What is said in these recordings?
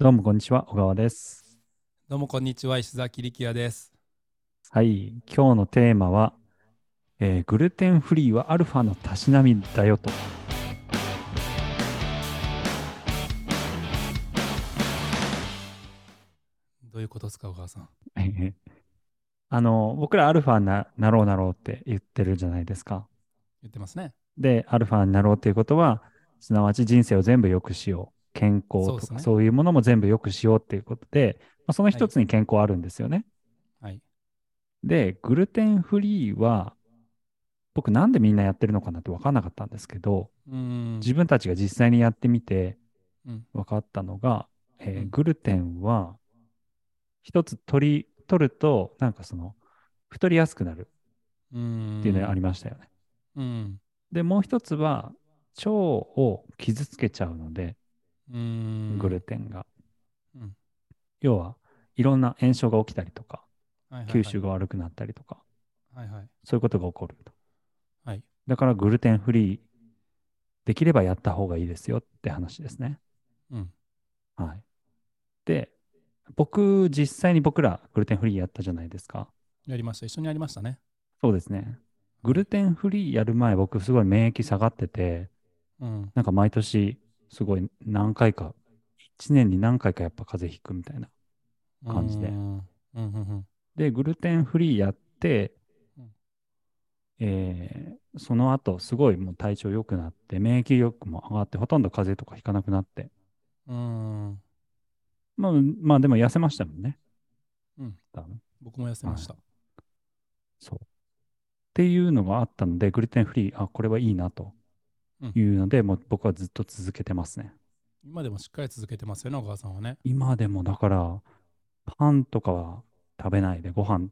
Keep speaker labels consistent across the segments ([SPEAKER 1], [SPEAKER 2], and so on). [SPEAKER 1] どうもこんにちは、小川です。
[SPEAKER 2] どうもこんにちは、石崎力也です。
[SPEAKER 1] はい、今日のテーマは、えーグルテンフリーはアルファのたしなみだよと。
[SPEAKER 2] どういうことですか、小川さん。
[SPEAKER 1] えへあの、僕らアルファにな、なろうなろうって言ってるじゃないですか。
[SPEAKER 2] 言ってますね。
[SPEAKER 1] で、アルファになろうということは、すなわち人生を全部良くしよう。健康
[SPEAKER 2] そうで
[SPEAKER 1] と
[SPEAKER 2] す
[SPEAKER 1] か
[SPEAKER 2] ね。
[SPEAKER 1] そういうものも全部良くしようっていうことで、まあ、その
[SPEAKER 2] は
[SPEAKER 1] 一
[SPEAKER 2] い。
[SPEAKER 1] つに健康あるんですよね。
[SPEAKER 2] はい。
[SPEAKER 1] で、グルテンフリーは、僕なんでみんなやってるのかなって分かんなかったんですけど、
[SPEAKER 2] うーん。
[SPEAKER 1] 自分たちが実際にやってみて
[SPEAKER 2] うん。
[SPEAKER 1] 分かったのが、え
[SPEAKER 2] う
[SPEAKER 1] ー
[SPEAKER 2] ん。
[SPEAKER 1] グルテンは一つ取り、取ると、なんかその、太りやすくなる
[SPEAKER 2] うー
[SPEAKER 1] っていうのがあり
[SPEAKER 2] ん。
[SPEAKER 1] ましたよね。
[SPEAKER 2] うん。
[SPEAKER 1] で、もう一つは、腸を傷つけちゃうので、
[SPEAKER 2] うー
[SPEAKER 1] グル
[SPEAKER 2] ん。
[SPEAKER 1] テンが。
[SPEAKER 2] うん。
[SPEAKER 1] 要は、いろんな炎症が起きたりとか、
[SPEAKER 2] はいはい
[SPEAKER 1] 吸
[SPEAKER 2] はい。
[SPEAKER 1] 収が悪くなったりとか、
[SPEAKER 2] はいはい。
[SPEAKER 1] そういうことが起こると。
[SPEAKER 2] はい。
[SPEAKER 1] だから、グルテンフリー、できればやった方がいいですよって話ですね。
[SPEAKER 2] うん。
[SPEAKER 1] はい。で、僕、実際に僕ら、グルテンフリーやったじゃないですか。
[SPEAKER 2] やりました。一緒にやりましたね。
[SPEAKER 1] そうですね。グ
[SPEAKER 2] は
[SPEAKER 1] ル
[SPEAKER 2] い。
[SPEAKER 1] テンフリーやる前、僕、すごい免疫下がってて、
[SPEAKER 2] うん。
[SPEAKER 1] なんか毎年、すごい何回か、1年に何回かやっぱ風邪ひくみたいな
[SPEAKER 2] うー
[SPEAKER 1] 感じで。
[SPEAKER 2] ん。うん。うん。
[SPEAKER 1] で、グルテンフリーやって、
[SPEAKER 2] うん。
[SPEAKER 1] えーその後、すごいもう体調良くなって、免疫力も上がって、ほとんど風邪とかひかなくなって、
[SPEAKER 2] うんう
[SPEAKER 1] まあ、まあでも痩せましたもんね。
[SPEAKER 2] ーん。うん。
[SPEAKER 1] 多分
[SPEAKER 2] 僕も痩せま
[SPEAKER 1] は
[SPEAKER 2] し
[SPEAKER 1] い。
[SPEAKER 2] た。
[SPEAKER 1] そう。っていうのがあったので、グルテンフリー、あ、これはいいなと
[SPEAKER 2] うん。
[SPEAKER 1] いうので、もう僕はずっと続けてますね。
[SPEAKER 2] 今でもしっかり続けてますよね、小川さんはね。
[SPEAKER 1] 今でもだから、パンとかは食べないで、ご飯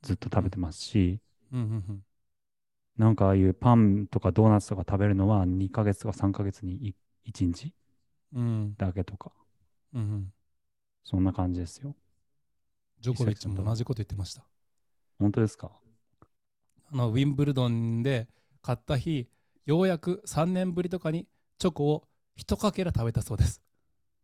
[SPEAKER 1] ずっと
[SPEAKER 2] う
[SPEAKER 1] 食べ
[SPEAKER 2] ん。
[SPEAKER 1] てますし、
[SPEAKER 2] うん。うん。うん
[SPEAKER 1] なんかああいうパンとかドーナツとか食べるのは2ヶ月とか3ヶ月に1日
[SPEAKER 2] うん。
[SPEAKER 1] だけとか、
[SPEAKER 2] うん。うん
[SPEAKER 1] そんな感じですよ。
[SPEAKER 2] ジョ
[SPEAKER 1] 石
[SPEAKER 2] コビッ
[SPEAKER 1] 崎さ
[SPEAKER 2] チ
[SPEAKER 1] ん
[SPEAKER 2] も
[SPEAKER 1] どう
[SPEAKER 2] 同じこと言ってました。
[SPEAKER 1] 本当ですか
[SPEAKER 2] あのウィンブルドンで買った日、ようやく3年ぶりとかにチョコを一かけら食べたそうです。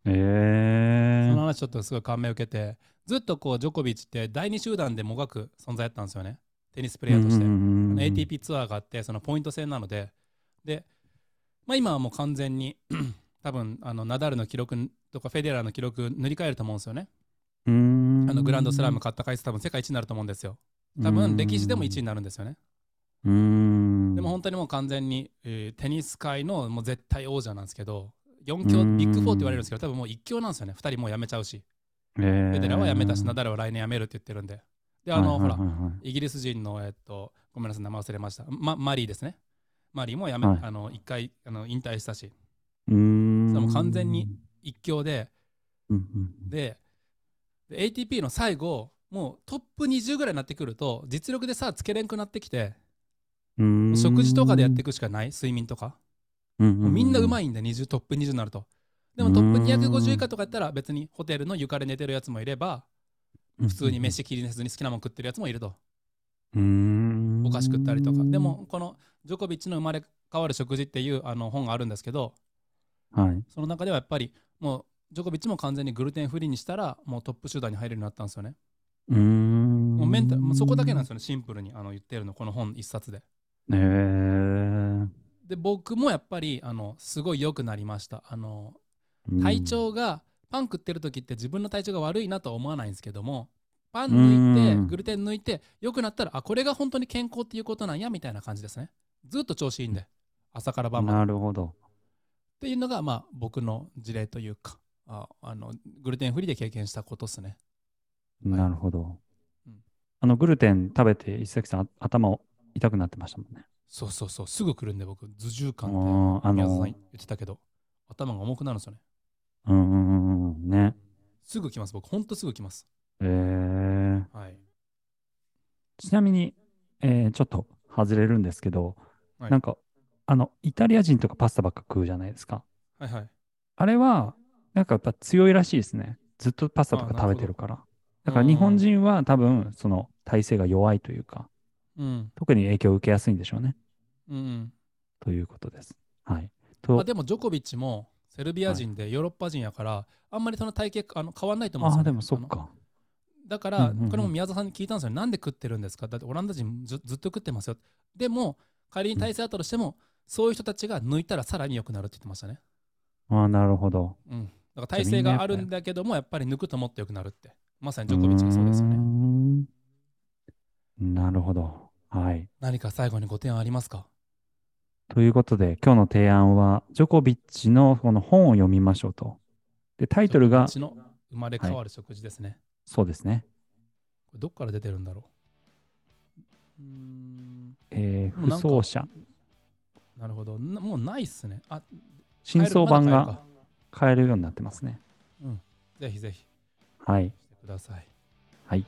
[SPEAKER 2] そ
[SPEAKER 1] え
[SPEAKER 2] の
[SPEAKER 1] え
[SPEAKER 2] 話ちょっとすごい感銘を受けて、ずっとこうジョコビッチって第2集団でもがく存在だったんですよね。テニスプレ
[SPEAKER 1] う
[SPEAKER 2] ー
[SPEAKER 1] ん
[SPEAKER 2] ヤ
[SPEAKER 1] う
[SPEAKER 2] ーとして。あの
[SPEAKER 1] んうん
[SPEAKER 2] ATP ツアーがあって、そのポイント制なので。で、まあ、今はもう完全に 多分あのナダルの記録とかフェデラーの記録塗り替えると思うんですよね。
[SPEAKER 1] う
[SPEAKER 2] あのグランドスラ
[SPEAKER 1] ん
[SPEAKER 2] ム買った回数多分世界一になると思うんですよ。
[SPEAKER 1] う
[SPEAKER 2] 多分歴史でも
[SPEAKER 1] ん
[SPEAKER 2] 1位になるんですよね。
[SPEAKER 1] う
[SPEAKER 2] でも
[SPEAKER 1] ん
[SPEAKER 2] 本当にもう完全に、えーテニス界のもう絶対王者なんですけど、4
[SPEAKER 1] う
[SPEAKER 2] 強、ビッグ4って言われるんです
[SPEAKER 1] ん
[SPEAKER 2] けど、多分もう1強なんですよね。2人もう辞めちゃうし。フェデラーは辞めたし、
[SPEAKER 1] え
[SPEAKER 2] ナ
[SPEAKER 1] え
[SPEAKER 2] ダルは来年辞めるって言ってるんで。で、あ
[SPEAKER 1] はい
[SPEAKER 2] の、
[SPEAKER 1] はい
[SPEAKER 2] ほ
[SPEAKER 1] は
[SPEAKER 2] ら、
[SPEAKER 1] いはい
[SPEAKER 2] イギリス人の、えっと、ごめんなさい、名前忘れました。ま、マリーですね。マリーも辞め、
[SPEAKER 1] はい
[SPEAKER 2] あの、1回あの引退したし、
[SPEAKER 1] うー
[SPEAKER 2] それもう完全に
[SPEAKER 1] ん
[SPEAKER 2] 1強で、
[SPEAKER 1] うんうん
[SPEAKER 2] で、で ATP の最後、もうトップ20ぐらいになってくると、実力でさ、つけれんくなってきて、
[SPEAKER 1] う
[SPEAKER 2] もう食事とかでやっ
[SPEAKER 1] ん
[SPEAKER 2] ていくしかない、睡眠とか。
[SPEAKER 1] うん
[SPEAKER 2] もうみんなうま
[SPEAKER 1] う
[SPEAKER 2] いんで20トップ20になると。で
[SPEAKER 1] ー
[SPEAKER 2] もトップ250以
[SPEAKER 1] ん
[SPEAKER 2] 下とかやったら別にホテルの床で寝てるやつもいれば
[SPEAKER 1] うん
[SPEAKER 2] 普通に
[SPEAKER 1] うん
[SPEAKER 2] 飯切りせずに好きなもん食ってるやつもいると。
[SPEAKER 1] うー
[SPEAKER 2] お菓子食ったりとか。で
[SPEAKER 1] ん
[SPEAKER 2] もこのジョコビッチの生まれ変わる食事っていうあの本があるんですけど
[SPEAKER 1] はい
[SPEAKER 2] その中ではやっぱりもうジョコビッチも完全にグルテンフリーにしたらもうトップ集団に入るようになったんですよね。
[SPEAKER 1] うー
[SPEAKER 2] もうメンタルもうそこだけな
[SPEAKER 1] ん
[SPEAKER 2] んですよねシンプルにあの言ってるのこの本一冊で。
[SPEAKER 1] ええ
[SPEAKER 2] で僕もやっぱりあのすごい良くなりました。あの
[SPEAKER 1] う
[SPEAKER 2] 体
[SPEAKER 1] ん
[SPEAKER 2] 調がパン食ってる時って自分の体調が悪いなとは思わないんですけどもパ
[SPEAKER 1] う
[SPEAKER 2] ン抜いて
[SPEAKER 1] ー
[SPEAKER 2] グ
[SPEAKER 1] ん
[SPEAKER 2] ルテン抜いて良くなったらあこれが本当に健康っていうことなんやみたいな感じですねずっと調子いいんで朝から晩までっ
[SPEAKER 1] なるほど
[SPEAKER 2] ていうのがまあ僕の事例というかああのグルテンフリーで経験したことですねはい
[SPEAKER 1] なるほど
[SPEAKER 2] うん
[SPEAKER 1] あのグルテン食べて石崎さんあ頭を痛くなってましたもんね
[SPEAKER 2] そうそうそうすぐ来るんで僕頭重感って
[SPEAKER 1] あーあ
[SPEAKER 2] 宮沢さん
[SPEAKER 1] の
[SPEAKER 2] 言ってたけど頭が重くなるんですよね
[SPEAKER 1] うんうんうんうんね
[SPEAKER 2] すぐ来ます僕ほんとすぐ来ます
[SPEAKER 1] ええ
[SPEAKER 2] はい
[SPEAKER 1] ちなみに、えーちょっと外れるんですけど、
[SPEAKER 2] は
[SPEAKER 1] ないんか、あの、イタリア人とかパスタばっか食うじゃないですか。
[SPEAKER 2] はいはい
[SPEAKER 1] あれは、なんかやっぱ強いらしいですね。ずっとパスタと
[SPEAKER 2] ああ
[SPEAKER 1] か
[SPEAKER 2] な
[SPEAKER 1] 食
[SPEAKER 2] る
[SPEAKER 1] べ
[SPEAKER 2] ほ
[SPEAKER 1] てる
[SPEAKER 2] ど
[SPEAKER 1] から。
[SPEAKER 2] う
[SPEAKER 1] だから日本
[SPEAKER 2] ん
[SPEAKER 1] 人は多分、その体勢が弱いというか、
[SPEAKER 2] うん
[SPEAKER 1] 特に影響を受けやすいんでしょうね。
[SPEAKER 2] うん
[SPEAKER 1] ということです。はい。
[SPEAKER 2] まあ
[SPEAKER 1] と、
[SPEAKER 2] でもジョコビッチもセルビア人でヨーロッパ人やから、あんまりその体型あの変わんないと思うん
[SPEAKER 1] あ
[SPEAKER 2] で
[SPEAKER 1] あ、
[SPEAKER 2] すよ、ね。
[SPEAKER 1] でもそっ
[SPEAKER 2] の
[SPEAKER 1] か。
[SPEAKER 2] だから、
[SPEAKER 1] うんうんうん
[SPEAKER 2] これも宮沢さんに聞いたんですよ。なんで食ってるんですかだってオランダ人ずずっと食ってますよ。でも、仮に体制あったとしても、そういう人たちが抜いたらさらに良くなるって言ってましたね。
[SPEAKER 1] ああ、なるほど。
[SPEAKER 2] うん。だから体制があるんだけども、やっぱり抜くともっと良くなるって。まさにジョコビッチがそうですよ
[SPEAKER 1] うー
[SPEAKER 2] ね。
[SPEAKER 1] んなるほど。はい。
[SPEAKER 2] 何か最後にご提案ありますか
[SPEAKER 1] ということで、今日の提案は、ジョコビッチのこの本を読みましょうと。で、タイトルが
[SPEAKER 2] う、ちの生まれ変わる食事ですね。
[SPEAKER 1] そうですね。
[SPEAKER 2] これどっから出てるんだろううーん
[SPEAKER 1] えー、
[SPEAKER 2] もうなん
[SPEAKER 1] 不
[SPEAKER 2] か
[SPEAKER 1] 走者。
[SPEAKER 2] なるほどなもうないっすねあ
[SPEAKER 1] 新装版
[SPEAKER 2] 買えるまだ
[SPEAKER 1] が買えるようになってますね。
[SPEAKER 2] 買えるかぜひぜひ
[SPEAKER 1] はい。
[SPEAKER 2] してください
[SPEAKER 1] はい